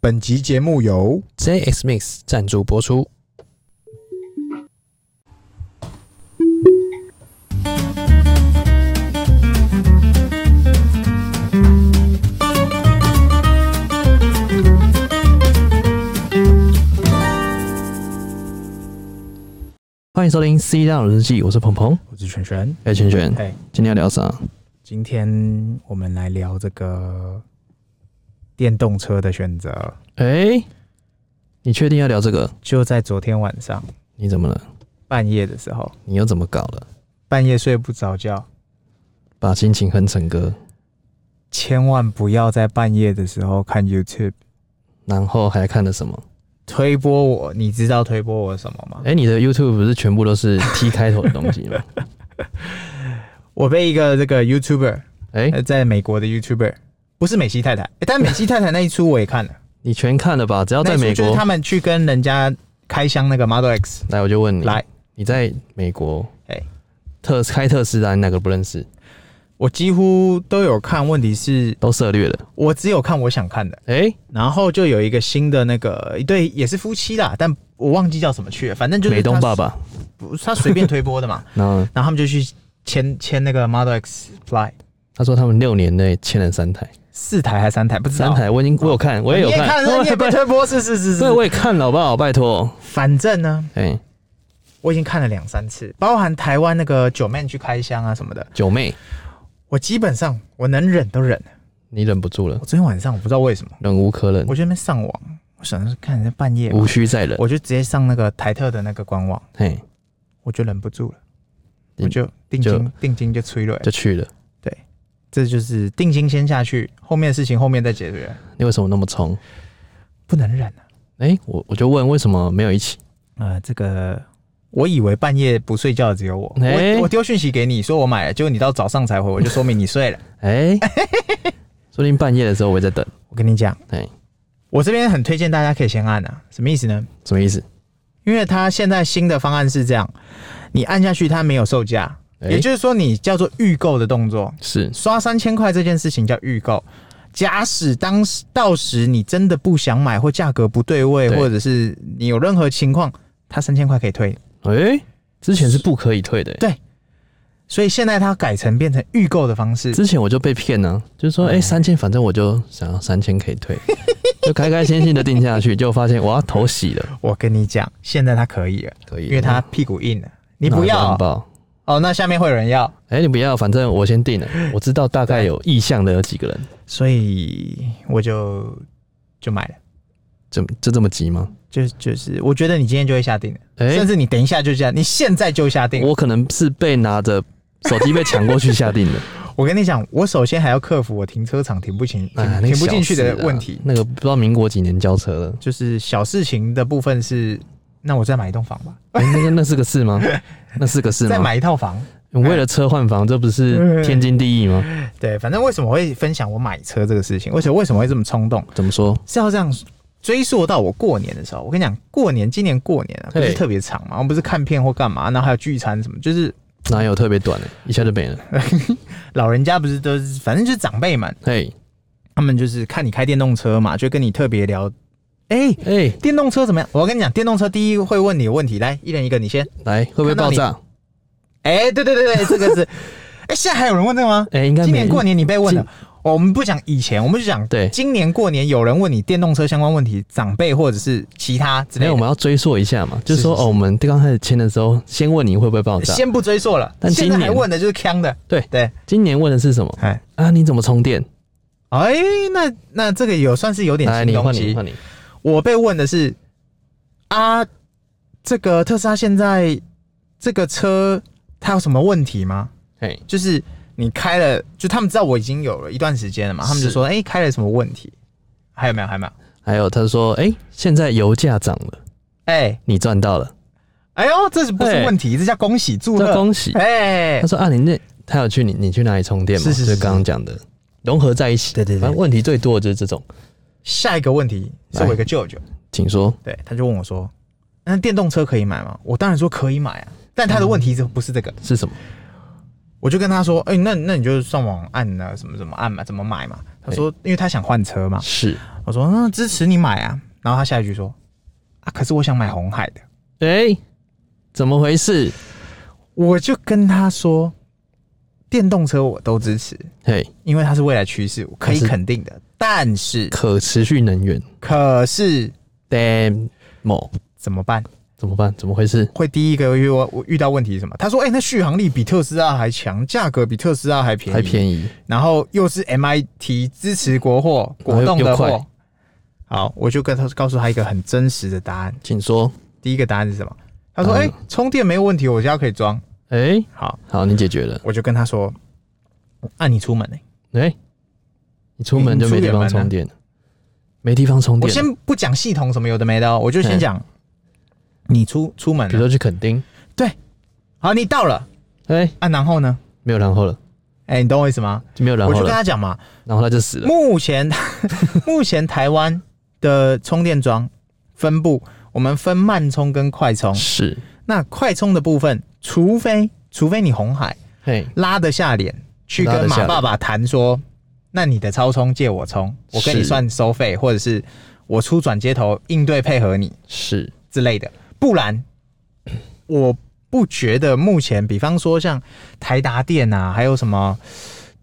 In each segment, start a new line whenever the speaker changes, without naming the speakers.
本集节目由
JX Mix 赞助播出。欢迎收听《C 大佬日记》，我是鹏鹏，
我是璇璇。
哎，圈圈，
哎，
今天要聊啥？
今天我们来聊这个电动车的选择。
哎、你确定要聊这个？
就在昨天晚上
你怎么了？
半夜的时候，
你又怎么搞了？
半夜睡不着觉，
把心情哼成歌，
千万不要在半夜的时候看 YouTube。
然后还看了什么？
推播我，你知道推播我什么吗
哎、？你的 YouTube 不是全部都是 T 开头的东西 吗？
我被一个这个 YouTuber，
哎、
呃在美国的 YouTuber，不是美西太太，诶但美西太太那一出我也看了。
你全看了吧？只要
那
哦
一
在
出
美
就是
国，
他们去跟人家开箱那个 Model X，
来我就问你，
来，
你在美国，
哎
特开特斯拉你哪个不认识？
我几乎都有看。问题是
都涉略了。
我只有看我想看的，
哎、
然后就有一个新的那个，对，也是夫妻啦，但我忘记叫什么去了，反正就是
美东
他
爸爸，
不是他随便推播的 嘛，
然后
然后他们就去签签那个 Model X Fly
他说他们六年内签了三台，
四台还三台，不知道
三台我已经我有看，我也有
哦你也看了，
我
你也被推播，是是是
对，
是。
我也看了，好不好？拜托，
反正呢，
哎、
我已经看了两三次，包含台湾那个九妹去开箱啊什么的，
九妹，
我基本上我能忍都忍。
你忍不住了
我，昨天晚上我不知道为什么，
忍无可忍，
我就在那边上网，我想是看人家半夜嘛，
无需再忍。哎
我就直接上那个台特的那个官网，
嘿、
我就忍不住了，
嗯
我就定
就
金定金就催了，
就去了。
这就是定金先下去，后面的事情后面再解决，
你为什么那么冲？
不能忍啊！
哎、我我就问为什么没有一起？
呃，这个我以为半夜不睡觉的只有我，
哎
我我丢讯息给你说我买了，结果你到早上才回，我就说明你睡了。
哎、说不定半夜的时候我也在等。
我跟你讲，
哎，
我这边很推荐大家可以先按啊，什么意思呢？
什么意思？
因为它现在新的方案是这样，你按下去它没有售价，
哎
也就是说你叫做预购的动作，
是
刷三千块这件事情叫预购。假使当时到时你真的不想买，或价格不对位，
对
或者是你有任何情况，它三千块可以退。
哎、之前是不可以退的、
对所以现在它改成变成预购的方式，
之前我就被骗呢、就是说，哎、三千，反正我就想要三千可以退， 就开开心心的定下去，结果发现我要头洗了，
我跟你讲，现在它可以了，
可以，
因为它屁股硬了。你
那
不
我就
要
很
哦
爆，
哦，那下面会有人要，
哎、你不要，反正我先定了，我知道大概有意向的有几个人，
所以我就就买了。
就就这么急吗？
就就是，我觉得你今天就会下定了，
哎、
甚至你等一下就下，你现在就下定。我
我可能是被拿着手机被抢过去下定 的，
我跟你讲，我首先还要克服我停车场停不进、停、
哎，那个
停不进去的
小事啊
问题。
那个不知道民国几年交车了，
就是小事情的部分是，那我再买一栋房吧，
哎、那个那是个 事吗？那是个事
再
吗？
买一嗯套房。
你为了车换房，这不是天经地义吗？
对，反正为什么会分享我买车这个事情，为什么为什么会这么冲动，
怎么说？
是要这样追溯到我过年的时候。我跟你讲，过年今年过年啊，不
嘿
是特别长嘛，我们不是看片或干嘛，然后还有聚餐什么，就是
哪有特别短的、一下就没了。
老人家不是都是，反正就是长辈们，
嘿，
他们就是看你开电动车嘛，就跟你特别聊，哎、
哎、
电动车怎么样？我跟你讲，电动车第一会问你的问题，来，一人一个，你先。
来会不会爆炸？
哎、对对对对，这个是。 哎、现在还有人问这个吗？
哎、应该没
今年过年你被问了
今，
我们不讲以前，我们就讲
对
今年过年有人问你电动车相关问题，长辈或者是其他之
没
类的，
有，哎我们要追溯一下嘛，就是是说
是
哦，我们刚开始签的时候，先问你会不会爆炸。
先不追溯了。
但今
现在
年
还问的就是呛的，
对
对，
今年问的是什么
哎
啊？你怎么充电？
哎，那那这个有算是有点
来，
新
你
东
换你
西。
换你。
我被问的是啊，这个特斯拉现在这个车它有什么问题吗？
嘿，
就是你开了，就他们知道我已经有了一段时间了嘛，他们就是说，哎、开了什么问题？还有没有？还有没有？
还有他说，哎、现在油价涨了，
哎、
你赚到了，
哎呦，这是不是
哎
问题？这叫恭喜祝
这
贺！
恭喜。
哎、
他说啊，你那他有去你你去哪里充电吗？
是是是
就刚刚讲的融合在一起。
对对对
反正问题最多的就是这种，
下一个问题是我一个舅舅，
请说。
对，他就问我说：“那电动车可以买吗？”我当然说可以买啊，但他的问题是不是这个？
是什么？
我就跟他说：“哎、那那你就上网按啊，什么什么按嘛，怎么买嘛？”他说：“因为他想换车嘛。
是”
我我说那支持你买啊。然后他下一句说啊，可是我想买红海的。
哎、怎么回事？
我就跟他说，电动车我都支持，
嘿，
因为它是未来趋势，我可以
可是
肯定的。但是
可持续能源
可是
demo
怎么办？
怎么办？怎么回事？
会第一个遇我我遇到问题是什么？他说：“哎、那续航力比特斯拉还强，价格比特斯拉还便宜，
还便宜？
然后又是 MIT 支持国货，果冻
然
的
后哎又又
货。”好，我就跟他告诉他一个很真实的答案。
请说。
第一个答案是什么？他说：“哎、
嗯
充电没有问题，我家可以装。
哎、”
好，
好，你解决了。
我就跟他说：“啊，你出门呢、
哎、你出门就没地方充电了，没地方充
我
电了。
先不讲系统什么有的没的、哦，我就先
嗯
讲你出出门
比如
了。
说去垦丁，
好，你到了
哎、
啊，然后呢？
没有然后了，
哎、你懂我意思吗？
就没有然
我就
后
跟
了，
他讲嘛，
然后他就死了。
目前 目前台湾的充电桩分布，我们分慢充跟快充。
是，
那快充的部分，除非除非你红海
嘿，
拉得下脸去
拉
跟
得下
马
脸
爸爸谈说，那你的超充借我充，我跟你
是
算收费，或者是我出转接头应对配合你
是，
之类的，不然我。不觉得目前，比方说像台达电啊，还有什么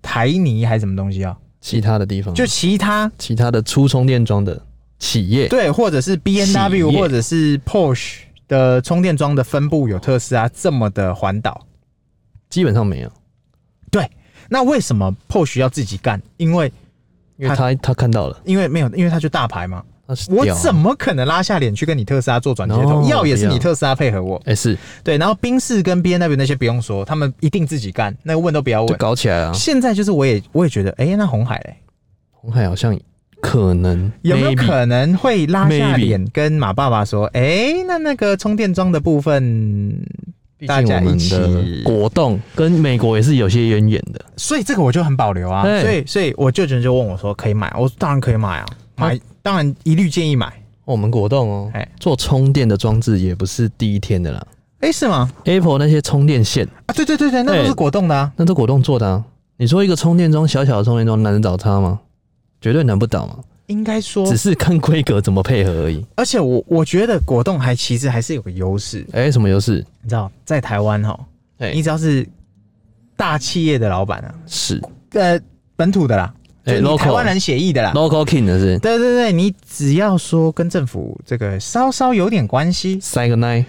台泥还是什么东西啊，
其他的地方
就其他
其他的出充电桩的企业，
对，或者是 B N W
企业
或者是 Porsche 的充电桩的分布有特斯拉这么的环岛。
基本上没有，
对，那为什么 Porsche 要自己干？因为
因为他他看到了，
因为没有，因为它就大牌嘛，
他是
我
屌啊
怎么可能拉下脸去跟你特斯拉做转接头
No，
要也是
不要
你特斯拉配合我。
哎、是
对，然后宾士跟 B N W 那些不用说，他们一定自己干，那个问都不要
就
问。
搞起来了、啊。
现在就是我也我也觉得，哎、那红海、嘞，
红海好像可能
有没有
maybe
可能会拉下
Maybe
脸跟马爸爸说，哎、那那个充电桩的部分
毕
大
竟
家
我们
一
的
起
果冻跟美国也是有些渊源的。
所以这个我就很保留啊，
对
所以所以我舅舅就问我说可以买，我说当然可以买啊，买当然一律建议买，
哦我们果冻哦
哎，
做充电的装置也不是第一天的啦。
哎、是吗？
Apple 那些充电线，
啊对对对对，那都
对
是果冻的啊，
那都果冻做的啊。你说一个充电桩，小小的充电桩难得倒它吗？绝对难不倒嘛，
应该说
只，是看规格怎么配合而已。
而且我我觉得果冻还其实还是有个优势，
哎、什么优势？
你知道在台湾哈，
哎、
你只要是大企业的老板啊，
是
呃本土的啦，
哎
就是你
local
台湾人协议的啦。
Local King 的是
对对对，你只要说跟政府这个稍稍有点关系，
塞个奶。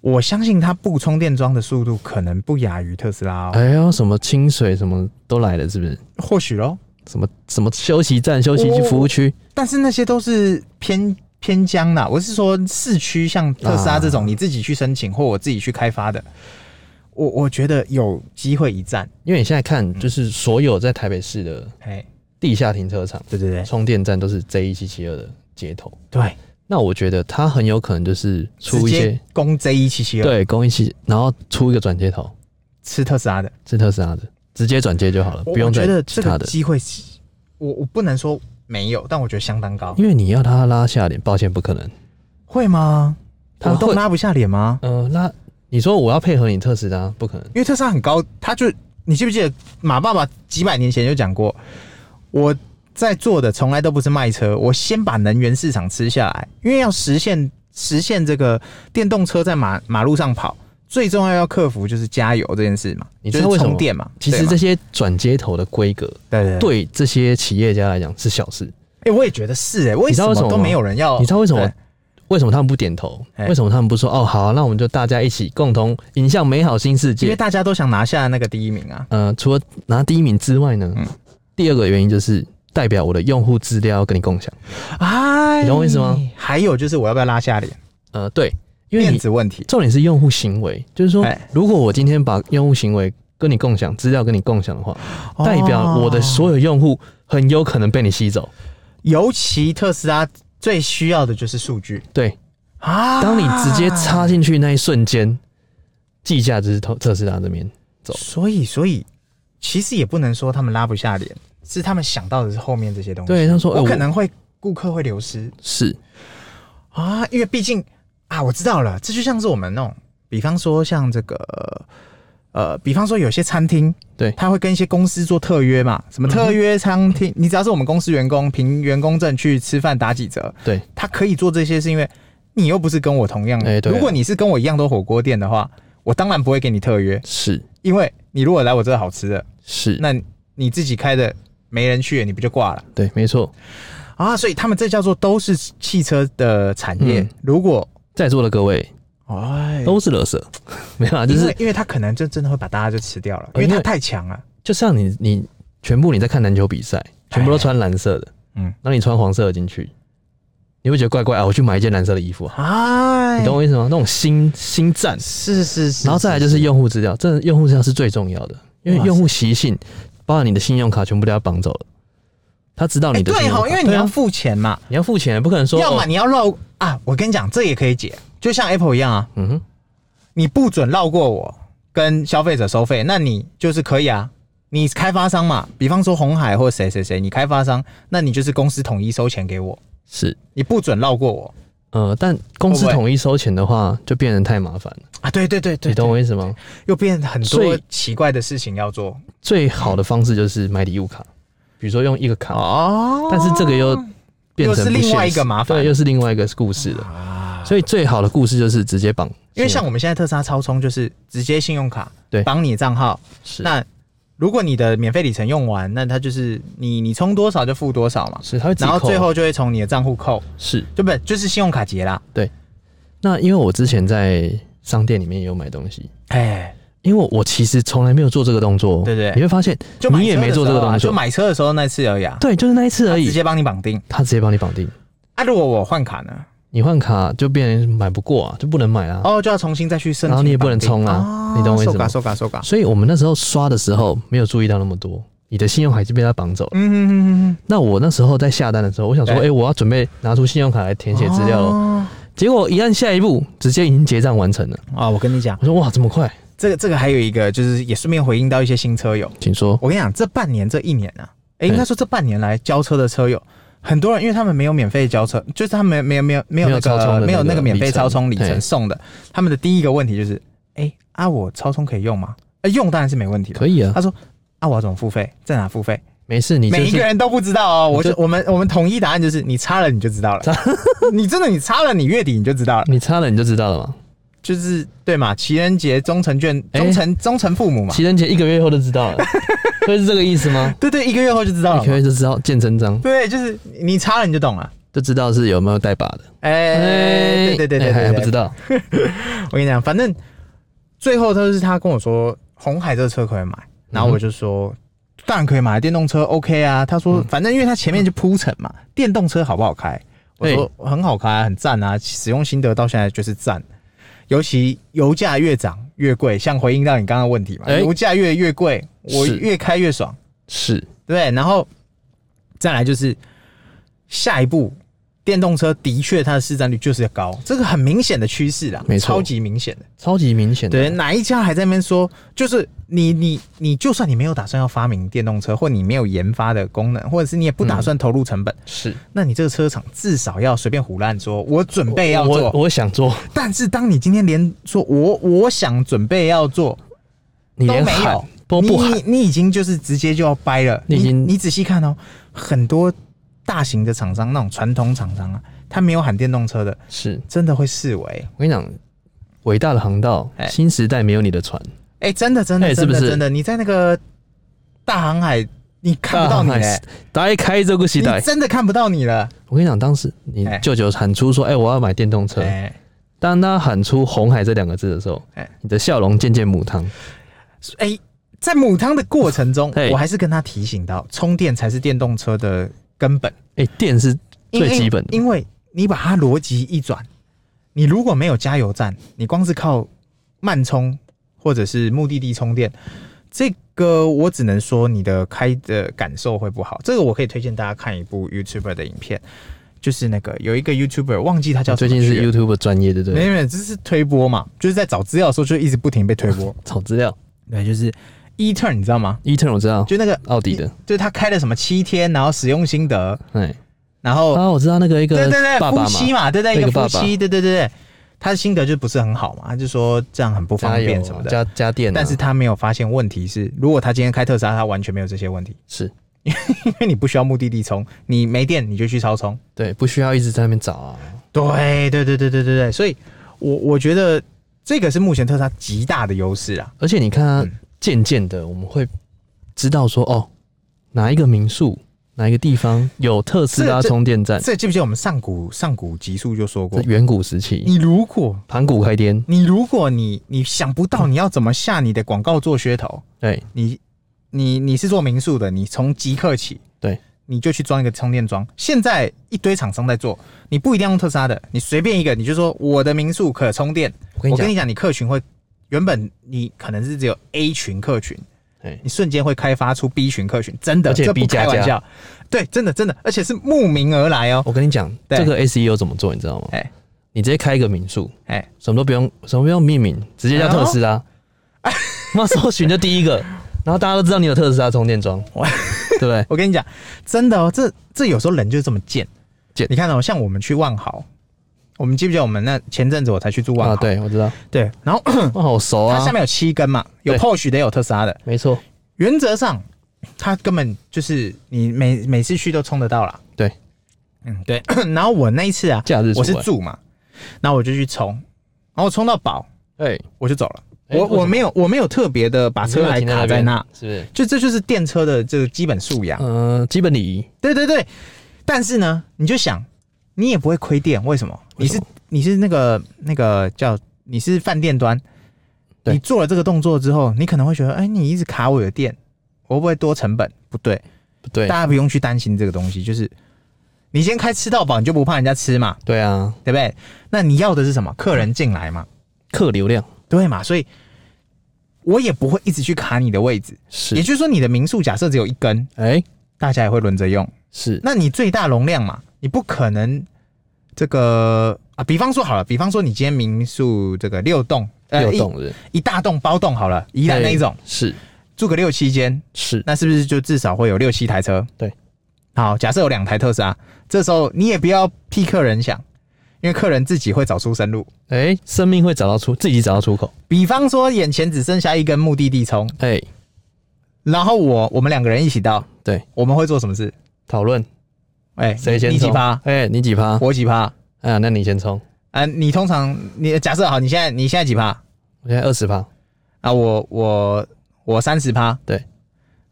我相信它布充电桩的速度可能不亚于特斯拉哦，
哎呦，什么清水什么都来了，是不是？
或许喽。
什么什么休息站、休息区
我
服务区，
但是那些都是偏偏疆啦，我是说市区，像特斯拉这
啊
种，你自己去申请或我自己去开发的，我我觉得有机会一战。
因为你现在
嗯
看，就是所有在台北市的
哎，
地下停车场、
对对对
充电站都是 J 一七七二的接头。
对，
那我觉得它很有可能就是出
直
一
接
些
攻 J 一七七二，
对供一器，然后出一个转接头
吃特斯拉的，
是特斯拉的，直接转接就好了，
我
不用
我
再
觉得
其
这
他
个
的。
机会是，我我不能说没有，但我觉得相当高。
因为你要它拉下脸，抱歉不可能。
会吗？
他
我都
会
拉不下脸吗？
呃，拉你说我要配合你特斯拉，不可能。
因为特斯拉很高，他就你记不记得马爸爸几百年前就讲过，我在做的从来都不是卖车，我先把能源市场吃下来，因为要实现实现这个电动车在马马路上跑，最重要要克服就是加油这件事嘛，
你
就
知
是
道为什么
充电嘛。
其实
对嘛
这些转接头的规格
对对，
对这些企业家来讲是小事。
哎、我也觉得是哎、为
你知
什
道
么
为什么
都
吗
没有人要？
你知道为什么
对？
哦为什么他们不点头？
哎
为什么他们不说哦好、那我们就大家一起共同迎向美好新世
因为
界？
大家都想拿下那个第一名啊。
呃，除了拿第一名之外
嗯
呢，第二个原因就是代表我的用户资料要跟你共享。
哎，
你懂我意思吗？
还有就是我要不要拉下脸？
呃，对，因为
面
你
子问题。
重点是用户行为，就是说
哎，
如果我今天把用户行为跟你共享，资料跟你共享的话，代表我的
哦
所有用户很有可能被你吸走。
尤其特斯拉最需要的就是数据
对，
啊
当你直接插，进去那一瞬间，计价就是特特斯拉这边。
所以所以其实也不能说他们拉不下脸，是他们想到的是后面这些东西。
对，他说，哎、
我可
我
能会顾客会流失
是
啊，因为毕竟啊，我知道了，这就像是我们那种，比方说像这个呃，比方说有些餐厅，
对嗯
他会跟一些公司做特约嘛，什么特约餐厅，你只要是我们公司员工，凭员工证去吃饭打几折，
对，
他可以做这些，是因为你又不是跟我同样的。
哎对啊
如果你是跟我一样都火锅店的话，我当然不会给你特约，
是
因为你如果来我这好吃的，
是，
那你自己开的没人去，你不就挂了
对，没错，
啊？所以他们这叫做都是汽车的产业。
嗯
如果
在座的各位
哎，
都是垃圾， 没有啊，就
因
是
为因为他可能就真的会把大家就吃掉了，因
呃
为
因
他
为
太强了。
就像你你全部你在看篮球比赛，全部都穿蓝色的，
哎嗯
嗯，那你穿黄色的进去，你会觉得怪怪啊，我去买一件蓝色的衣服啊，
哎，
你懂我意思吗？那种心心战，
是是是。
然后再来就是用户资料，这用户资料是最重要的，因为
哇塞
用户习性，包括你的信用卡全部都要绑走了，他知道
哎
你的信
对
用卡，
哈，因为你
对
要
啊
付钱嘛，
你要付钱，不可能说
要么
哦
你要绕啊。我跟你讲，这也可以解，就像 Apple 一样啊，
嗯哼，
你不准绕过我跟消费者收费，那你就是可以啊。你开发商嘛，比方说红海或谁谁谁，你开发商，那你就是公司统一收钱给我，
是
你不准绕过我
呃，但公
会
司
不会
统一收钱的话，就变得太麻烦了，
啊！对对对对
你懂我意思吗？
又变很
所
多
以
奇怪的事情要做
最好的方式就是买礼物卡，比如说用一个卡，
哦
但是这个又变成
又是
不
另外
现
一个
实
麻烦
对，又是另外一个故事了。
啊，
所以最好的故事就是直接绑信用卡，
因为像我们现在特斯拉超充就是直接信用卡，
对
绑你账号。
是
那如果你的免费里程用完，那它就是你你充多少就付多少嘛，
是它会自己
然后
扣啊
最后就会从你的账户扣，
是
对不对？就是信用卡结啦。
那因为我之前在商店里面也有买东西，
哎，
因为我其实从来没有做这个动作哦，
对对对
你会发现
就买
你也
车的
没做这个
时候啊
动
就
作，
买车的时候那次而已啊，
对，就是那一次而
直
已，
接帮你绑定。
他直接帮你绑定，
啊，如果我换卡呢？
你换卡就变成买不过啊，就不能买啊，
哦，就要重新再去申请绑定，
然后你也不能充啊
哦
你懂我意
收
思
卡
吗
收卡收卡。
啊所以我们那时候刷的时候没有注意到那么多，你的信用卡就被他绑走了。
嗯哼哼哼
那我那时候在下单的时候，我想说，哎、
对
我要准备拿出信用卡来填
哼，
写资料了，
哦
结果一按下一步，直接已经结账完成了。
啊，我跟你讲，
我说哇，这么快？
这个这个还有一个就是也顺便回应到一些新车友，
请说。
我跟你讲，这半年这一年啊，哎、
嗯
应该说这半年来交车的车友，很多人因为他们没有免费交车，就是他们没有没有没有
没
那
有超充
个
的那个
没有那个免费超充里
里程
程
嘿
送的，他们的第一个问题就是，哎、啊我超充可以用吗？呃，用当然是没问题的。
可以啊
他，说啊我要怎么付费？在哪付费？
没事，你就
每一个
是
人都不知道哦。我
你就是
我们我们统一答案就是你插了你就知道了， 你真的你插了你月底你就知道了，
你擦了你就知道了嘛。
就是对嘛？情人节忠诚券
哎
忠诚忠诚父母嘛，
情人节一个月后就知道 了，会是这个意思吗？
对对，一个月后就知道了
一个
嘛。
月就知道见真章，
对，就是你插了你就懂了。
就知道是有没有带把的。
哎、对对对对
哎
对，
还不知
道。
道。
我跟你讲，反正最后都是他跟我说，红海这个车可以买，然后我就说，
嗯
当然可以买，电动车 OK 啊。他说，反正因为他前面就铺陈嘛，电动车好不好开？我说很好开、啊，很赞啊，使用心得到现在就是赞。尤其油价越涨越贵，像回应到你刚刚的问题嘛，
哎
油价越越贵，我
是
越开越爽，
是，
对不对？然后再来就是下一步，电动车的确它的市占率就是高，这个很明显的趋势啦，
没错
超级明显的。
超级明显的。
对，，哪一家还在那边说，就是你你你，就算你没有打算要发明电动车，或你没有研发的功能，或者是你也不打
嗯
算投入成本，
是。
那你这个车厂至少要随便胡乱说，我准备要
我
做。
我想做，
但是当你今天连说我我想准备要做
你连
都没
喊
有，
都不喊
你，你已经就是直接就要掰了。
你已经
你仔细看哦，很多大型的厂商，那种传统厂商啊，他没有喊电动车的，
是
真的会视为
我跟你讲，伟大的航道
哎，
新时代没有你的船，
哎、真的真的、
哎
真
是
的
不是
真的，你在那个大航海，你看不到你、
大航
欸
海，打开这个时
你
代。
真的看不到你了。
我跟你讲，当时你
哎
舅舅喊出说：“哎、我要买电动车。
哎、
当他喊出“红海”这两个字的时候，
哎
你的笑容渐渐母汤。
哎、在母汤的过程中
嘿，
我还是跟他提醒到，充电才是电动车的根本，
哎、电是
因为
最基本的，
因为你把它逻辑一转，你如果没有加油站，你光是靠慢充或者是目的地充电，这个我只能说你的开的感受会不好。这个我可以推荐大家看一部 YouTuber 的影片，就是那个有一个 YouTuber 忘记他叫什
最
么
近
去了
是 YouTube 专业，对不
没
对？
有没有，这是推播嘛，就是在找资料的时候就一直不停被推播。
找资料
对，就是 E turn，你知道吗？
e t e r 我知道，
就那个
奥迪的，
就是他开了什么七天，然后使用心得，
哎，
然后、
啊，我知道那个一个
对对对
爸爸
夫
嘛，
妻嘛，对对
那
一
个
个夫
爸爸
妻，对对对对，他的心得就不是很好嘛，他就说这样很不方
加油
便
啊
什么的。
加加电啊，
但是他没有发现问题是，如果他今天开特斯拉，他完全没有这些问题，
是
因为你不需要目的地充，你没电你就去超充。
对，不需要一直在那边找啊。
对对对对对对对，所以我我觉得这个是目前特斯拉极大的优势啊。
而且你看它渐渐的，我们会知道说，哦，哪一个民宿，哪一个地方有特斯拉
这这
充电站，
这记不记得我们上古上古集数就说过
嗯这，远古时期，
你如果
盘古开天，
你如果你你想不到你要怎么下你的广告做噱头，
对
你你你是做民宿的，你从即刻起，
对，
你就去装一个充电桩。现在一堆厂商在做，你不一定要用特斯拉的，你随便一个，你就说我的民宿可充电。
我跟
我
你
跟
讲
你，讲，你客群会原本你可能是只有 A 群客群，
哎，
你瞬间会开发出 B 群客群，真的，
而且
这
B
不开
加加
玩笑，对，真的真的，而且是慕名而来哦。
我跟你讲，
对
这个 SEO 怎么做，你知道吗？
哎
你直接开一个民宿，
哎，
什么都不用，什么不用命名，直接叫特斯拉，
啊
那、搜寻就第一个，然后大家都知道你有特斯拉充电桩，
哇
对不对？
我跟你讲，真的哦，这这有时候人就是这么贱。
贱
你看哦，像我们去万豪，我们记不记得我们那前阵子我才去住万豪？
啊，对，我知道，
对，然后
哇，好熟
它
啊
下，面有七根嘛，有
对
Porsche 的，也有特斯拉的。
没错，
原则上，它根本就是你每每次去都充得到啦。
对，
嗯对。 然后我那一次啊，
假日
我是
出来
住嘛，然后我就去充，然后充到饱
哎，
我就走了。
哎
我
为什么
我没有我没有特别的把
你是不
车
是
还
停
卡
那
在
边
那，
是不是？
就这就是电车的这个基本素养。啊
嗯、基本礼仪，
对对对，但是呢，你就想，你也不会亏电，为什么？
为
你
什
是
么
你是那个那个叫你是饭店端，
对
你做了这个动作之后，你可能会觉得，哎，你一直卡我的电，我会不会多成本？不对，
不对
大，家不用去担心这个东西，就是你先开吃到饱，你就不怕人家吃嘛，
对啊，
对不对？那你要的是什么？客人进来嘛，
客流量
对嘛？所以我也不会一直去卡你的位置，也
是，
就是说，你的民宿假设只有一根，
哎、
大家也会轮着用。
是，
那你最大容量嘛，你不可能这个啊，比方说好了，比方说你今天民宿这个六栋，呃，
六栋人，
一一大栋包栋好了，宜兰那一种，
哎是
住个六七间，
是，
那是不是就至少会有六七台车？
对，
好，假设有两台特斯拉，这时候你也不要替客人想，因为客人自己会找出生路。
哎、生命会找到出自己找到出口，
比方说眼前只剩下一根目的地冲，
哎、
然后我我们两个人一起到，
对，
我们会做什么事？
讨论
哎、
谁先
你几
冲
趴？
哎、你几趴？
我几趴？
啊，那你先冲，
啊，你通常你假设好，你现在你现在几趴
我现在二十趴，
啊？我我我三十趴
对，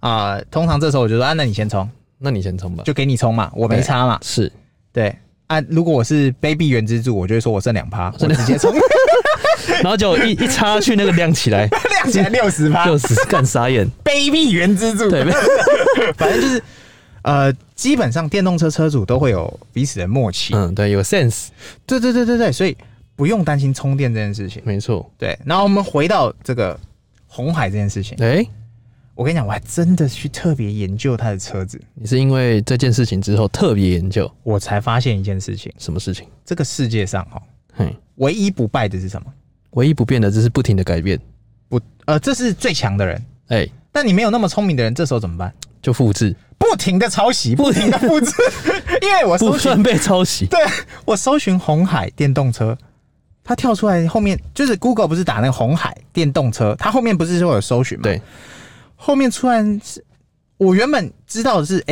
啊。通常这时候我就说啊，那你先冲，
那你先冲吧。
就给你冲嘛，我没差嘛。
是，
对啊，如果我是卑鄙原之助，我就会说我剩两趴，我直接冲
然后就一一插去那个亮 起来，
亮起来六十趴。
六十干傻眼，
卑鄙原之助，
对，没有
反正就是 呃，基本上电动车车主都会有彼此的默契。
嗯，对，有 sense，
对对对对对，所以不用担心充电这件事情。
没错。
对，然后我们回到这个红海这件事情，
哎、
我跟你讲，我还真的去特别研究他的车子。
你是因为这件事情之后特别研究
我才发现一件事情：
什么事情？
这个世界上哦哈，
嘿，
唯一不败的是什么？
唯一不变的就是不停的改变，
不，呃，这是最强的人。
哎、
但你没有那么聪明的人，这时候怎么办？
就复制，
不停的抄袭，不停的复制。 因为我
不
搜寻，
算被抄袭。
对我搜寻红海电动车，它跳出来后面就是 Google 不是打那个红海电动车，它后面不是说有搜寻吗？，
对，
后面突然是，我原本知道的是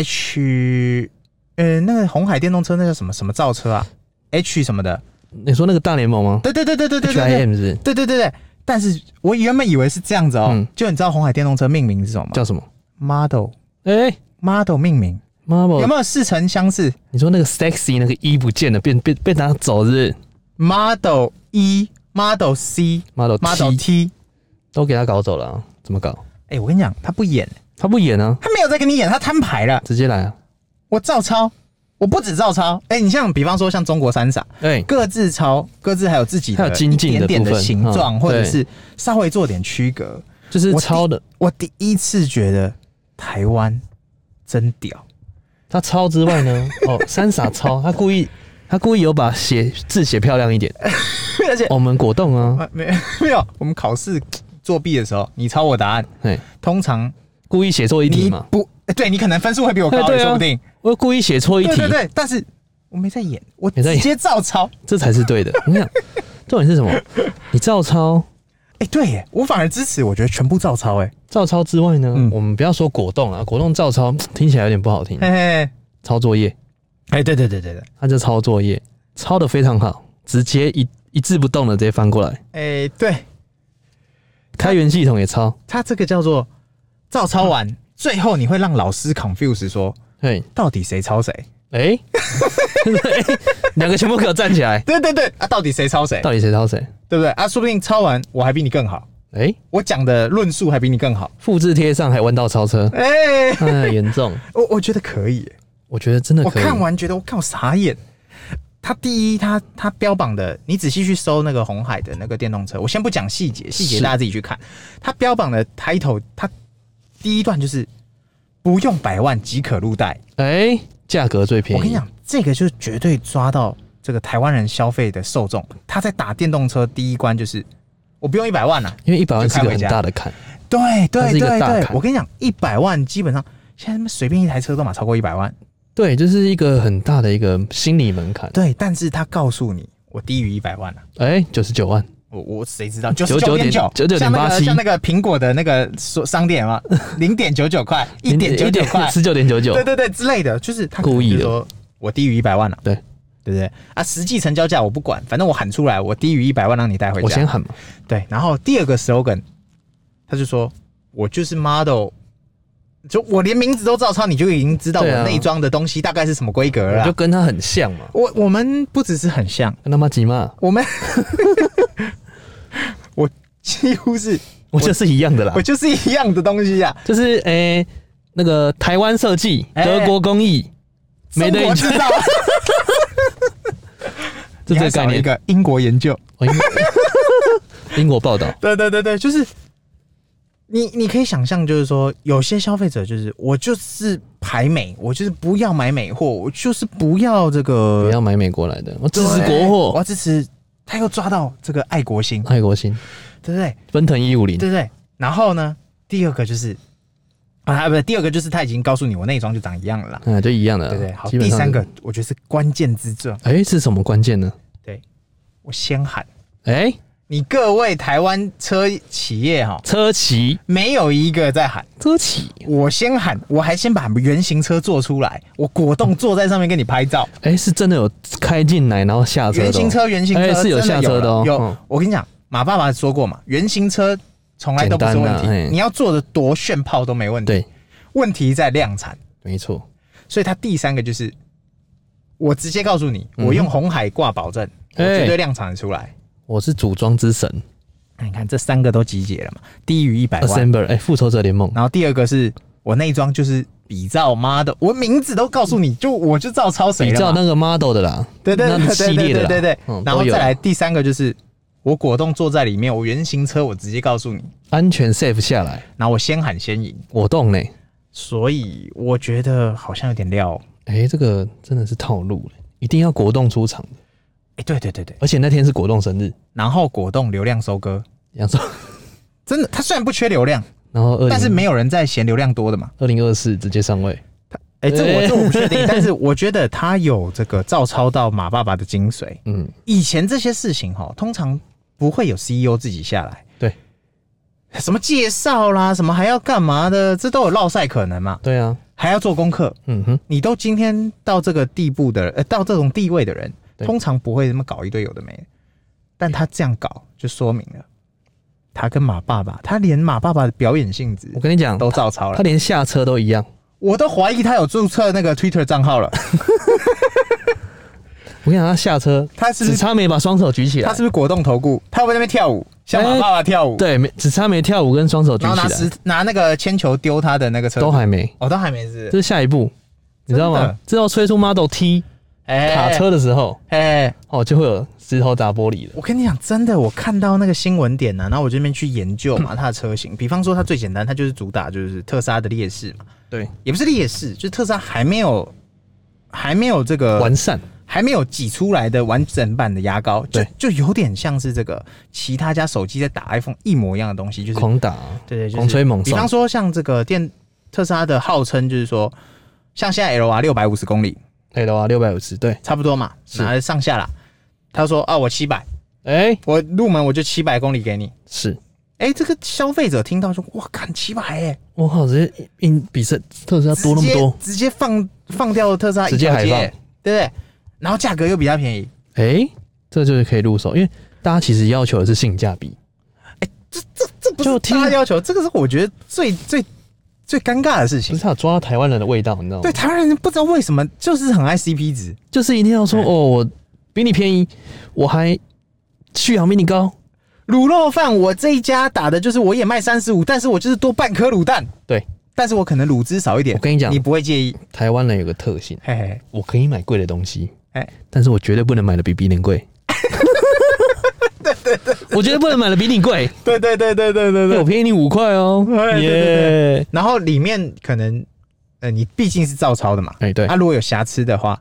H，呃，那个红海电动车那叫什么什么造车啊？H 什么的？
你说那个大联盟吗
对对对对对对
？H
对
I
对。
M 是不是
对对对对，但是我原本以为是这样子哦、
嗯
就你知道红海电动车命名是什么吗
叫什么？
？model
哎、
model 命名
m a r b l
有
e
没有似曾相识
你说那个 sexy 那个一不见了，变变被拿走是不是
？model 一、model C、
？Model
model
T
T，
都给他搞走了、啊，怎么搞？
哎、我跟你讲，他不演，
他不演啊，
他没有在跟你演，他摊牌了。
直接来啊！
我照抄，我不止照抄，哎、你像比方说像中国三傻，
哎、
各自抄，各自还有自己
还
的
有精进
一
的
点点
部分
形状，
嗯
或者
对
是稍微做点区隔。
就是
我第
抄的，
我第一次觉得台湾真屌。
他抄之外呢，哦，三傻抄，他故意他故意有把写字写漂亮一点。
哎而且
哦我们果冻啊，
啊，没 没有，我们考试作弊的时候，你抄我答案，
哎，
通常
故意写错一题
你
嘛，
不，哎对你可能分数会比我高
哎，对啊
也说不定。
我故意写错一
对
题
对，对，但是我没在演，我
没在
直
演
接照抄。
这才是对的。你想，重点是什么？你照抄，
哎、对耶，我反而支持，我觉得全部照抄，哎，
照抄之外呢，
嗯哎
我们不要说果冻了，啊果冻照抄听起来有点不好听。
嘿嘿，
抄作业，
哎，对对对对对，
他就抄作业，抄的非常好，直接一一字不动的直接翻过来。
哎、对
开源系统也抄，
他这个叫做照抄完，最后你会让老师 confuse 说
对，
到底谁抄谁？
哎、 哎两、个全部给我站起来，
对对对，啊，到底谁抄谁？
到底谁抄谁？
对不对？啊，说不定抄完我还比你更好，
哎、
我讲的论述还比你更好。
复制贴上还弯道超车，
哎、
哎，严重，
我我觉得可以耶，
我觉得真的
我
可以。
看完觉得我靠傻眼。他第一，他他标榜的，你仔细去搜那个红海的那个电动车，我先不讲细节，细节
是
大家自己去看。他标榜的 title，他第一段就是不用百万即可入袋。
哎、价格最便宜。
我跟你讲，这个就是绝对抓到这个台湾人消费的受众。他在打电动车第一关就是我不用一百万啊，
因为一百万是
就
个
开回
很
家
大的坎，
对
它
对
是一个
对
大
对，
坎
我跟你讲，一百万基本上现在他妈随便一台车都嘛超过一百万。
对，就是一个很大的一个心理门槛。
对，但是他告诉你，我低于一百万了、啊。
哎，九十九万，
我我谁知道？九九点九，
99.89
像那个像那
99.87
个苹果的那个商商店 嘛，零点九九块，一点九九块，
十九点九九
对，对对之类的，就是他
故意
可
的
能就说，我低于一百万了、
对
对不对？啊，实际成交价我不管，反正我喊出来，我低于一百万让你带回
我
家
先。喊嘛，
对，然后第二个 slogan，他就说我就是 model，就我连名字都照抄，你就已经知道
对啊
我内装的东西大概是什么规格了
我就
啦。
跟他很像嘛，
我我们不只是很像，
跟他妈急嘛，
我 们我几乎是
我就是一样的啦
我，就是一样的东西啊，
就是哎，那个台湾设计，
哎
德国工艺，没
中
得
国
一
制
句，
造，
就这
你还
个
少
概
了一
念。
个英国研究。
哦英国英国报道，
对对对对，就是你你可以想象，就是说有些消费者就是我就是排美，我就是不要买美货，我就是不要这
不
个
要买美国来的，我支
对
持国
我
货
要，支持。他又抓到这个爱国心，
爱国心，
对不对？
奔腾一五零，
对不对？然后呢，第二个就是啊，不是第二个就是他已经告诉你我内装就长一样了啦，
嗯，就一样的，
对不对？好，第
基本上
三
是
个，我觉得是关键之作，
哎，是什么关键呢？
对我先喊
哎，
你各位台湾车企业哈，
车企，
没有一个在喊。
车企，
我先喊，我还先把原型车做出来，我果冻坐在上面跟你拍照。
哎、是真的有开进来然后下车的、哦，
原型车，原型车、
哎是有
真
下车的哦
有了有
嗯
我跟你讲，马爸爸说过嘛，原型车从来都不是问
简
题，
单啊嘿
你要做的多炫炮都没问题。
对，
问题在量产。
没错，
所以它第三个就是，我直接告诉你，我用红海挂保证，
嗯哎
我绝对量产得出来。
我是组装之神
那你看这三个都集结了嘛，低于一百万。
，Assembler，哎、复仇者联盟，
然后第二个是我内装就是比照妈的，我名字都告诉你，就我就照抄谁
比
了嘛
照。那个 model 的啦，
对对
那
对
个系
对对
列的
对
啦，
对对
嗯，
然后
都有
再来第三个就是我果冻坐在里面，我原型车我直接告诉你，
安全 safe 下来，
然后我先喊先赢，
我动嘞、
所以我觉得好像有点料哦。
哎、这个真的是套路、欸，一定要果冻出场，
哎，对对对对，
而且那天是果冻生日，
然后果冻流量收割，
杨说，
真的，它虽然不缺流量，
然后二
但是
零
没有人在嫌流量多的嘛。
二零二四直接上位，
哎，这我
哎
这我不确定，但是我觉得它有这个照抄到马爸爸的精髓。
嗯，
以前这些事情哈，通常不会有 CEO 自己下来，
对，
什么介绍啦，什么还要干嘛的，这都有落赛可能嘛，
对啊，
还要做功课。
嗯哼，
你都今天到这个地步的人，呃，到这种地位的人，
对
通常不会这么搞一堆有的没的。但他这样搞，就说明了他跟马爸爸，他连马爸爸的表演性质
我跟你讲，
都照抄了
他。连下车都一样，
我都怀疑他有注册那个 Twitter 账号了，
我跟你讲，他下车，
他是不是
只差没把双手举起来，
他是不是果冻投顾？他会不会在那边跳舞，像马爸爸跳舞，
对，没只差没跳舞跟双手举
然后拿
起来，
石拿那个铅球丢他的那个车
都还没。
哦，都还没是
这是下一步，你知道
真的
吗？之后催出 Model T
哎
卡车的时候，
哎、
哦，就会有石头砸玻璃了。
我跟你讲，真的，我看到那个新闻点呢、啊然后我这边去研究 嘛，它的车型，比方说它最简单，它就是主打就是特斯拉的劣势嘛，
对，
也不是劣势，就是特斯拉还没有还没有这个
完善，
还没有挤出来的完整版的牙膏，就
对
就有点像是这个其他家手机在打 iPhone 一模一样的东西，就是
狂打，
对对，就是、
狂吹猛
比方
送，
说像这个电特斯拉的号称就是说，像现在 L R 六百五十公里，
哎对的啊，六百五十，对，
差不多嘛，
是
拿上下啦。他说啊，我七百，
哎、
我入门我就七百公里给你。
是，
哎、这个消费者听到说，哇，干七百哎，
我靠，直接硬比这特斯拉多那么多，
直接直接放放掉特斯拉一
直接
条
海
街
放
欸对不对？然后价格又比较便宜，
哎、这就是可以入手，因为大家其实要求的是性价比，
这这这不是
就听
大家要求，这个是我觉得最最最尴尬的事
只
情。
是他有抓到台湾人的味道，你知道吗？
对，台湾人不知道为什么就是很爱 CP 值，
就是一定要说哦，我比你便宜，我还续航比你高，
卤肉饭我这一家打的就是我也卖三十五，但是我就是多半颗卤蛋，
对，
但是我可能卤汁少一点。
我跟你讲
你不会介意，
台湾人有个特性，
嘿嘿，
我可以买贵的东西，
哎
但是我绝对不能买的比比你贵。 对对对，我绝对不能买的比你贵，
对对对对对对
我
对。
便宜你五块哦
哎，对对对
耶！
然后里面可能，呃，你毕竟是照抄的嘛，
哎，对
啊，，如果有瑕疵的话，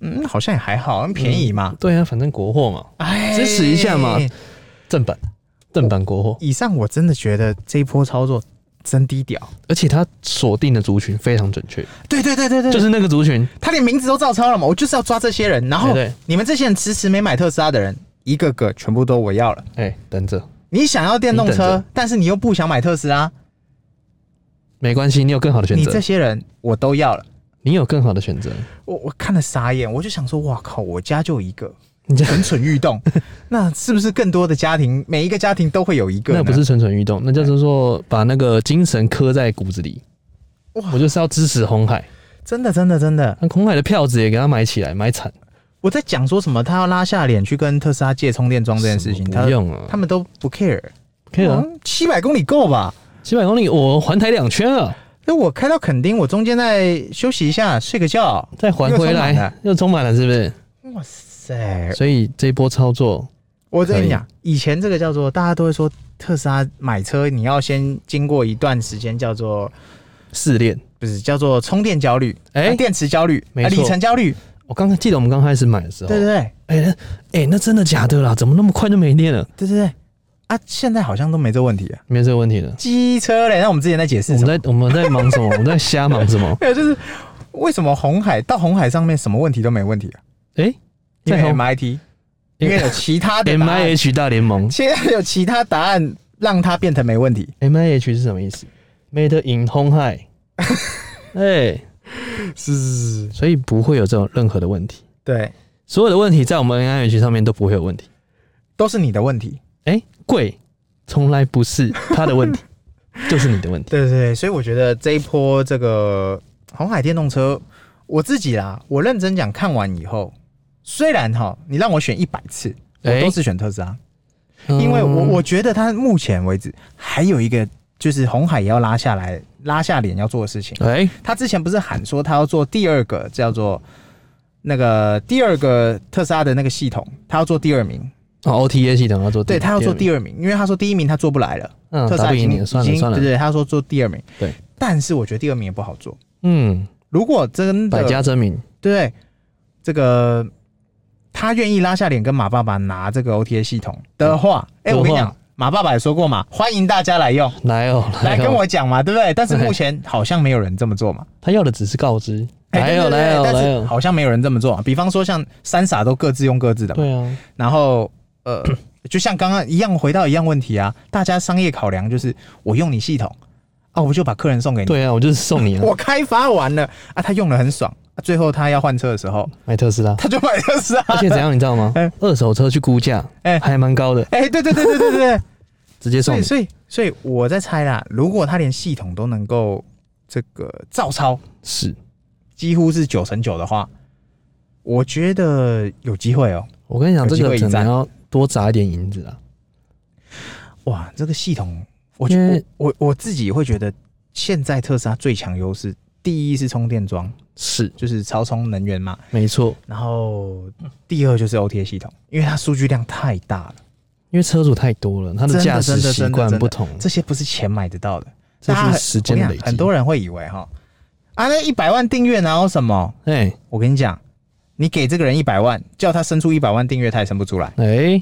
嗯，好像也还好，很便宜嘛，
对啊，反正国货嘛，
哎
支持一下嘛正版，正版国货，
以上我真的觉得这一波操作真低调，
而且它锁定的族群非常准确，
对对对对对，
就是那个族群，
他连名字都照抄了嘛，我就是要抓这些人，然后
对对
你们这些人迟迟没买特斯拉的人，一个个全部都我要了。
哎，等着，
你想要电动
你等
车
着，
但是你又不想买特斯拉，
没关系，你有更好的选
你
择
这，些人我都要了。
你有更好的选择，
我我看了傻眼，我就想说，哇靠，我家就一个，
你这
蠢蠢欲 动。那是不是更多的家庭，每一个家庭都会有一个呢？
那不是蠢蠢欲
哎
动，那叫做说把那个精神刻在骨子里。
哇
我就是要支持红海，
真的，真的，真的。
那红海的票子也给他买起来，买惨。
我在讲说什么，他要拉下脸去跟特斯拉借充电桩这件事情，
什么
他
不用啊，
他们都不 care。嗯
可以啊，
七百公里够吧？
七百公里我环台两圈啊，
那我开到垦丁，我中间再休息一下，睡个觉。
再还回
又充满了哎
来又充满了，是不是？
哇塞！
所以这一波操作，
我跟你讲，以前这个叫做大家都会说特斯拉买车，你要先经过一段时间叫做
试炼。
不是叫做充电焦虑，
哎
啊电池焦虑，
没
啊
错
里程焦虑，
我刚刚记得我们刚开始买的时候，
对对对
哎、那哎、那真的假的啦？怎么那么快就没电了？
对对对。啊，现在好像都没这问题啊。
没这个问题了。
机车嘞，那我们之前在解
我
释什
们
么？
在我们在忙 什么？我们在瞎忙什么？
没有，就是为什么红海到红海上面什么问题都没问题啊？
哎、
因
在
为
红哎
MIT，因为有其他的
M
答
I
案，
H 大联盟
现在有其他答案让它变成没问题。
，M I H 是什么意思？Made in 红海。哎、
是是是是，
所以不会有这种任何的问题，
对，
所有的问题在我们 N I H 上面都不会有问题。
都是你的问题。
哎、贵从来不是他的 问题，就是你的问题。
对对对，所以我觉得这一波这个红海电动车，我自己啦，我认真讲，看完以后，虽然哈，你让我选一百次，我
哎
都是选特斯拉，因为
嗯
我我觉得它目前为止还有一个就是红海也要拉下来、拉下脸要做的事情。
哎、
他之前不是喊说他要做第二个叫做那个第二个特斯拉的那个系统，他要做第二名，
哦 OTA 系统要做第，
对他要做第
二
二名，因为他说第一名他做不来了。
名，
特斯
嗯，打
拉
不
已
赢
经
你了，算了
已经
算了
对，对，他说做第二名，
对，
但是我觉得第二名也不好做。
嗯，
如果真的
百家争鸣，
对这个他愿意拉下脸跟马爸爸拿这个 OTA 系统的话，哎、
嗯的话
我跟你讲，马爸爸也说过嘛，欢迎大家来用，
来哦，
来
哦
跟我讲嘛，对不对？但是目前好像没有人这么做嘛，
他要的只是告知，
哎
来
对
哦
对对
来哦
但
来
是
哦，
好像没有人这么做嘛。比方说像三傻都各自用各自的嘛，
对啊，
然后呃， 就像刚刚一样，回到一样问题啊，大家商业考量就是我用你系统啊，我就把客人送给你。
对啊，我就是送你啊，
我开发完了啊，他用的很爽、啊，最后他要换车的时候，
买特 斯拉，
他就买特斯拉。
而且怎样你知道吗
哎？
二手车去估价，
哎
还蛮高的，
哎、对对对对对 对，
直接
所
送
以
你，
所以所以我在猜啦，如果他连系统都能够这个照抄，
是
几乎是九成九的话，我觉得有机会哦、
我跟你讲，
有
这
机会
个
一
可
战
能要多砸一点银子啊，
哇，这个系统，我
因
觉
为
我我我自己会觉得，现在特斯拉最强优势，第一是充电桩，
是
就是超充能源嘛，
没错，
然后第二就是 OTA 系统，因为它数据量太大了。
因为车主太多了，他
真
的
的
驾
真
驶
的
习
真的
惯
真的
不同，
这些不是钱买得到的，
这
大家
是
很
时间
我跟
累
你讲
积，
很多人会以为哈，啊，那一百万订阅哪有什么？
哎
我跟你讲，你给这个人一百万，叫他生出一百万订阅，他也生不出来。
哎，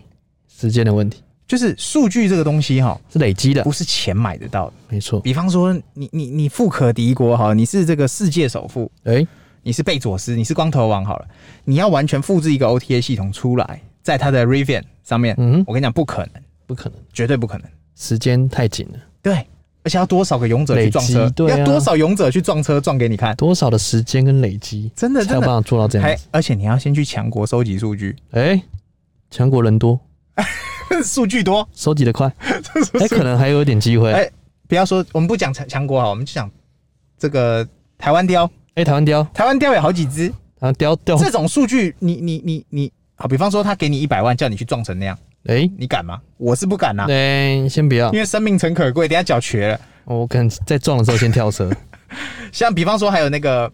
时间的问题
就是数据这个东西哈，
是累积的
不，是钱买得到的。
没错，
比方说，你你你富可敌国哈，你是这个世界首富，
哎，
你是贝佐斯，你是光头王好了，你要完全复制一个 OTA 系统出来，在他的 Rivian 上面，
嗯哼，
我跟你讲，不可能，
不可能，
绝对不可能。
时间太紧了，
对，而且要多少个勇者去撞车
累积？对啊
要多少勇者去撞车撞给你看？
多少的时间跟累积，
真的
才
真
有办
的，
法做到这样
还
子。
而且你要先去强国收集数据，
哎，强国人多，
数据多。
收集的 快，哎，可能还有一点机会。
哎不要说我们不讲强强国啊好，我们就讲这个台湾雕，
哎，台湾雕，
台湾雕有好几只。
然后雕雕，
这种数据，你你你你，好，比方说他给你一百万，叫你去撞成那样，
哎，
你敢吗？我是不敢啊呐、
哎，先不要哦
因，为生命诚可贵，等一下脚瘸了。
我可能在撞的时候先跳车。
像比方说还有那个，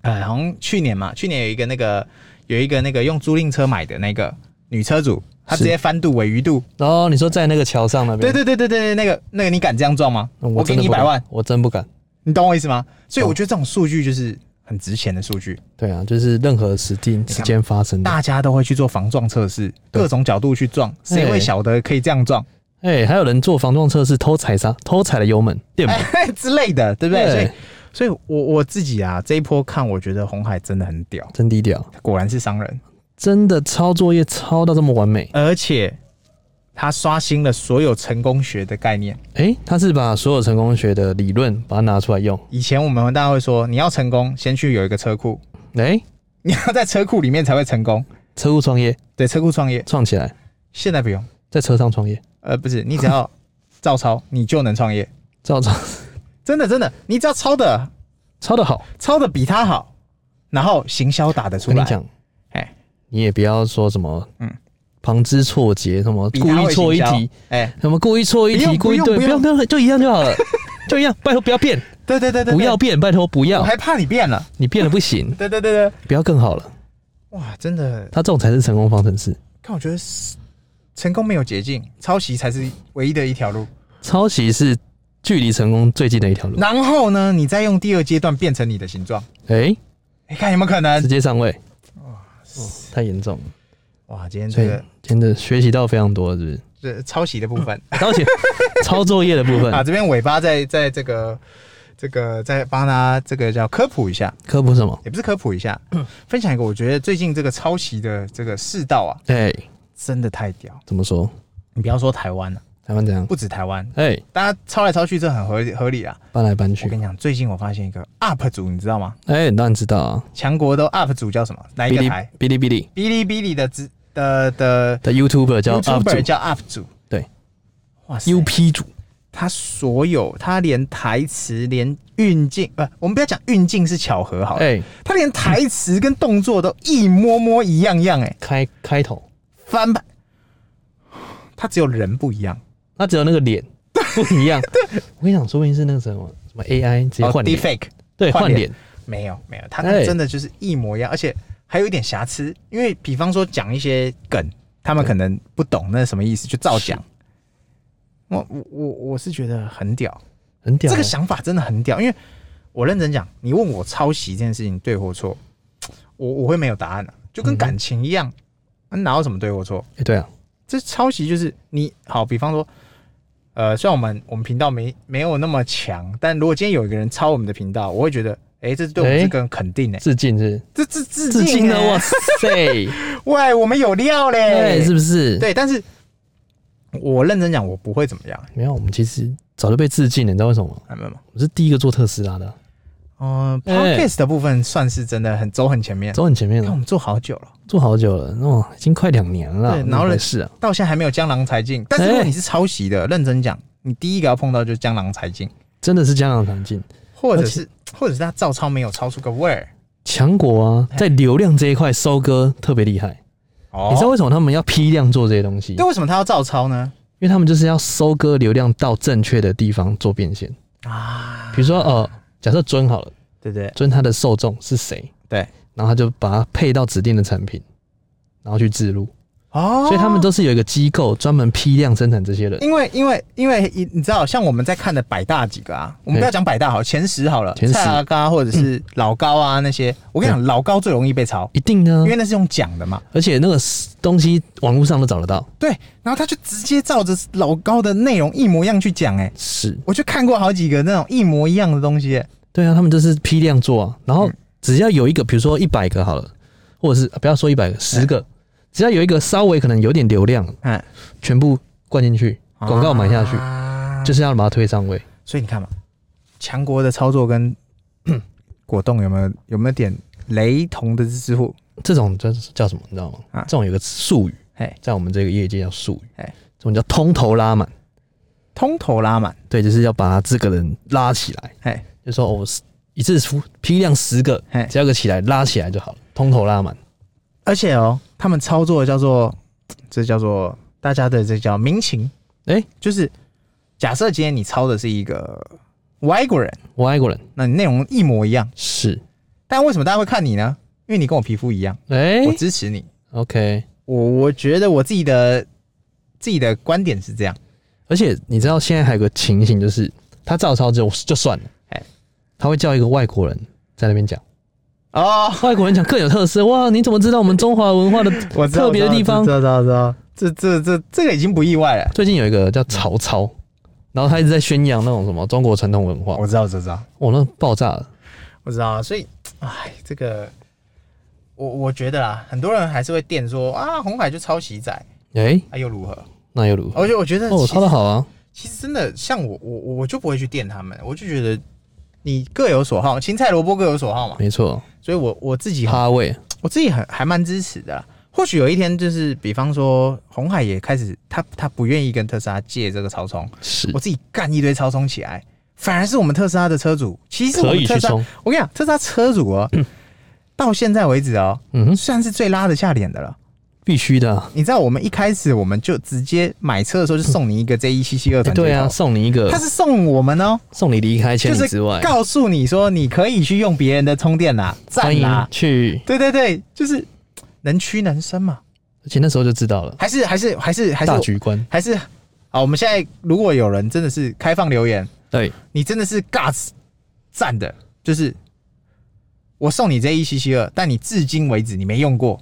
呃，好像去年嘛，去年有一个那个有一个那个用租赁车买的那个女车主，她
是
直接翻肚尾鱼肚，
然哦后你说在那个桥上那边，
对对对对对对，那个那个你敢哦这样撞吗？
嗯
我给
真的
你一
不敢
百万，，
我真不敢。
你懂我意思吗？所以我觉得这种数据就是很值钱的数据，
对啊，就是任何时间时间发生的。
大家都会去做防撞测试，
对
各种角度去撞，谁
哎
会晓得可以这样撞？
哎、还有人做防撞测试，偷踩刹，偷踩了油门，电门。
之类的，哎对不对？
对
所以，所以我我自己啊，这一波看，我觉得红海真的很屌，
真低调，
果然是商人，
真的抄作业抄到这么完美。
而且他刷新了所有成功学的概念。
哎、他是把所有成功学的理论把它拿出来用。
以前我们大家会说，你要成功，先去有一个车库，
哎、
你要在车库里面才会成功。
车库创业
对，车库创业
创起来，
现在不用，
在车上创业，
呃，不是，你只要照抄，你就能创业。
照抄
真的，真的，你只要抄的
抄的好。
抄的比他好，然后行销打得
我
出
跟你
来。
讲，
哎
你也不要说什么，
嗯
嗯，旁枝错节，什么
比
故
他
意
会
错一
行销
题，
哎，
什么故意错一
不
题，
用
故意
不用
对，
不
不要
用
不要，就一样就好了，就一样，拜托不 要变，
对对对对，对
不要，变，拜托不
我
要，
还怕你变了。
你变了不行，
对对对对，
不要更好了。
哇，真的
他这种才是成功方程式。
但我觉得是成功没有捷径，抄袭才是唯一的一条路。
抄袭是距离成功最近的一条路。
然后呢，你再用第二阶段变成你的形状，
哎、
你、看有没有可能
直？接上位，哦太严重了。
哇，今天
所
这
以
个
真的学习到非常多，是不是？
这抄袭的部分
而且抄作业的部
啊，
分，
这边尾巴在在这个这个再帮大家这个叫科普一下，
科普什么？
也不是科普一下，分享一个我觉得最近这个抄袭的这个世道啊，
哎、
真的太屌。
怎么说？
你不要说台湾了、
台湾怎样？
不止台湾，
哎、
大家抄来抄去这很合理合理啊。
搬来搬
我跟
去，
你讲，最近我发现一个 UP 主，你知道吗？
哎、当然知道啊。
强国都 UP 主叫什么？哪一
哔
个
哩
台？
哔哩哔哩
哔哩哔哩的之的的
的 YouTuber 叫
YouTuber
UP 主
叫 UP 主，
对，
哇塞
，UP 主，
他所有他连台词、连运镜，不、我们不要讲运镜是巧合好了，
哎、
他连台词跟动作都一模模一样样、哎，
开开头，
翻版，他只有人不一样，
他只有那 个脸不一样。我跟你讲，说不定是那个什么什么 AI 直接换脸，
fake
对，
哦换
换脸，
没有没有，他
哎
真的就是一模一样，而且还有一点瑕疵，因为比方说讲一些梗，他们可能不懂那是什么意思，就照讲。我我我我是觉得很屌，
很屌、
这
欸。
个想法真的很屌，因为我认真讲，你问我抄袭这件事情对或错，我我会没有答案的、就
嗯
跟感情一样，啊哪有什么对或错？
哎对啊，
这抄袭就是你好，比方说，呃，虽然我们我们频道没没有那么强，但如果今天有一个人抄我们的频道，我会觉得，哎、这是对我们
哎
这个人肯定哎、
致敬是不是
这这致啊
致敬
呢、
呢？哇塞，
喂，我们有料嘞
对，，是不是？，
对，但是我认真讲，我不会怎么样，
没有，我们其实早就被致敬了，你知道为什么吗？
明白吗？
我们是第一个做特斯拉的啊，
嗯、p o d
哎
c a s t 的部分算是真的很走很前面，
走很前面
看我
了，
们做好久了，
做好久了，哦，已经快两年了，
对然后呢
是啊，
到现在还没有江郎才尽。但是如果你是抄袭的，认真讲，你第一个要碰到就是江郎才尽，
真的是江郎才尽。
或者是或者是他照抄没有抄出个味儿。
强国啊，在流量这一块收割特别厉害，
哦
你知道为什么他们要批量做这些东西？
对，为什么他要照抄呢？
因为他们就是要收割流量到正确的地方做变现
啊，
比如说呃，假设尊好了，
对不对？
尊它的受众是谁？
对，
然后他就把它配到指定的产品，然后去植入，
哦，
所以他们都是有一个机构专门批量生产这些人。
因为因为因为你你知道，像我们在看的百大几个啊，我们不要讲百大好了，前十好了，
前十嗯
蔡阿嘎或者是老高啊那些，我跟你讲，老高最容易被抄，
一定的啊
因，为那是用讲的嘛。
而且那个东西网络上都找得到。
对，然后他就直接照着老高的内容一模一样去讲，哎，
是，
我就看过好几个那种一模一样的东西、哎
对啊，他们就是批量做啊，然
嗯
后
哎
只要有一个，比如说一百个好了，或者是啊不要说一百个，十个，只要有一个稍微可能有点流量，
嗯，
全部灌进去，哎广告买下去，
啊
就是要把它推上位。
所以你看嘛，强国的操作跟嗯果冻有没有有没有点雷同的之处？
这种叫叫什么？你知道吗？
啊哎
这种有个术语
嘿，
在我们这个业界叫术语，
嘿
这种叫通头拉满。
通头拉满，
对，就是要把这个人拉起来，
嘿，
就说我、一次出批量十个
嘿，
只要个起来拉起来就好了，通头拉满。
而且哦，他们操作的叫做这叫做大家的这叫民情，
哎
就是假设今天你操的是一个外国人，
外国人
那你内容一模一样，
是，
但为什么大家会看你呢？因为你跟我皮肤一样，
哎、
我支持你。
o k
我我觉得我自己的自己的观点是这样，
而且你知道现在还有个情形，就是他照抄就就算了，
哎
他会叫一个外国人在那边讲，
哦，
外国人讲更有特色哇！你怎么知道我们中华文化的
我知道
特别的地方
我知道知道知道，知道这这这这个已经不意外了。
最近有一个叫曹操，然后他一直在宣扬那种什么中国传统文化，
我知道，我知道，
我那爆炸了。
我知道。所以，哎，这个我我觉得啦，很多人还是会电说啊，红海就抄袭仔，
哎、
啊又如何？
那又如何？
而且我觉得
哦，我
其
抄
实
的好啊，
其实真的像我我我我就不会去电他们，我就觉得你各有所好，芹菜萝卜各有所好嘛。
没错，
所以我我自己
哈位
我自己很还蛮支持的啦。或许有一天，就是比方说红海也开始，他他不愿意跟特斯拉借这个超充，
是
我自己干一堆超充起来，反而是我们特斯拉的车主，其实我
可
们
以
特
去
斯拉，
冲，
我跟你讲，特斯拉车主哦，到现在为止哦，
嗯哼，
算是最拉得下脸的了。
必须的啊、
你知道我们一开始我们就直接买车的时候就送你一个 Z 一七七二
哎
传接头，
对啊，送你一个
他，是送我们哦，
送你离开千
就
里
是
之外，
告诉你说你可以去用别人的充电啦，
欢
赞
迎
啦，
去，
对对对，就是能屈能伸嘛。
而且那时候就知道了，
还是还是还是还
大
是
局观，
还是好，我们现在如果有人真的是开放留言，
对，
你真的是 guts 赞的，就是我送你 Z 一七七二，但你至今为止你没用过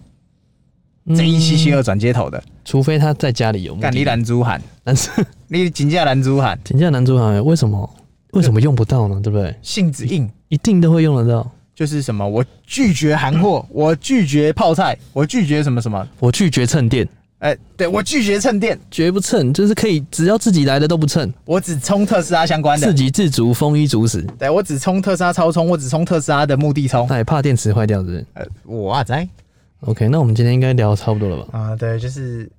Z 一七七
嗯，
二转接头的，
除非他在家里有目
干
的
你
地，
蓝珠喊，
但是
你请假蓝珠喊，
请假男主好像为什么为什么用不到呢？对不对？
性子硬。
一定都会用得到，
就是什么，我拒绝韩 货，我拒绝泡菜，我拒绝什么什么，
我拒绝蹭电，
哎、对我拒绝蹭电，
绝不蹭，就是可以只要自己来的都不蹭，
我只充特斯拉相关
自
的，
给自足，丰衣足食。
对我只充特斯拉超充，我只充特斯拉的目的充，
那也怕电池坏掉，是不是
呃，我啊在。
？OK，那我们今天应该聊得差不多了吧？
啊、对，就是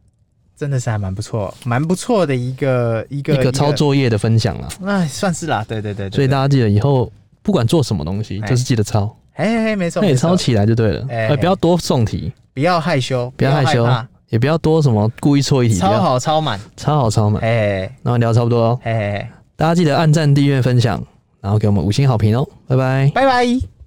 真的是还蛮不错，蛮不错的一个一
一
个
个操，作业的分享啦，
一个哎，算是啦，对对对对
所以大家记得以后不管做什么东西，
哎
就是记得抄，
对嘿嘿嘿，没错，
那也
没错
抄，起来就对了。
哎
哎，不要多送题，
不要害羞，
不要害羞
害，
也不要多什么故意错一
怕
题，不
超
要
好超满，
抄好抄满。
哎
那我们聊得差不多喽，
嘿嘿嘿，
大家记得按赞、订阅、分享，然后给我们五星好评哦，拜拜。
拜拜。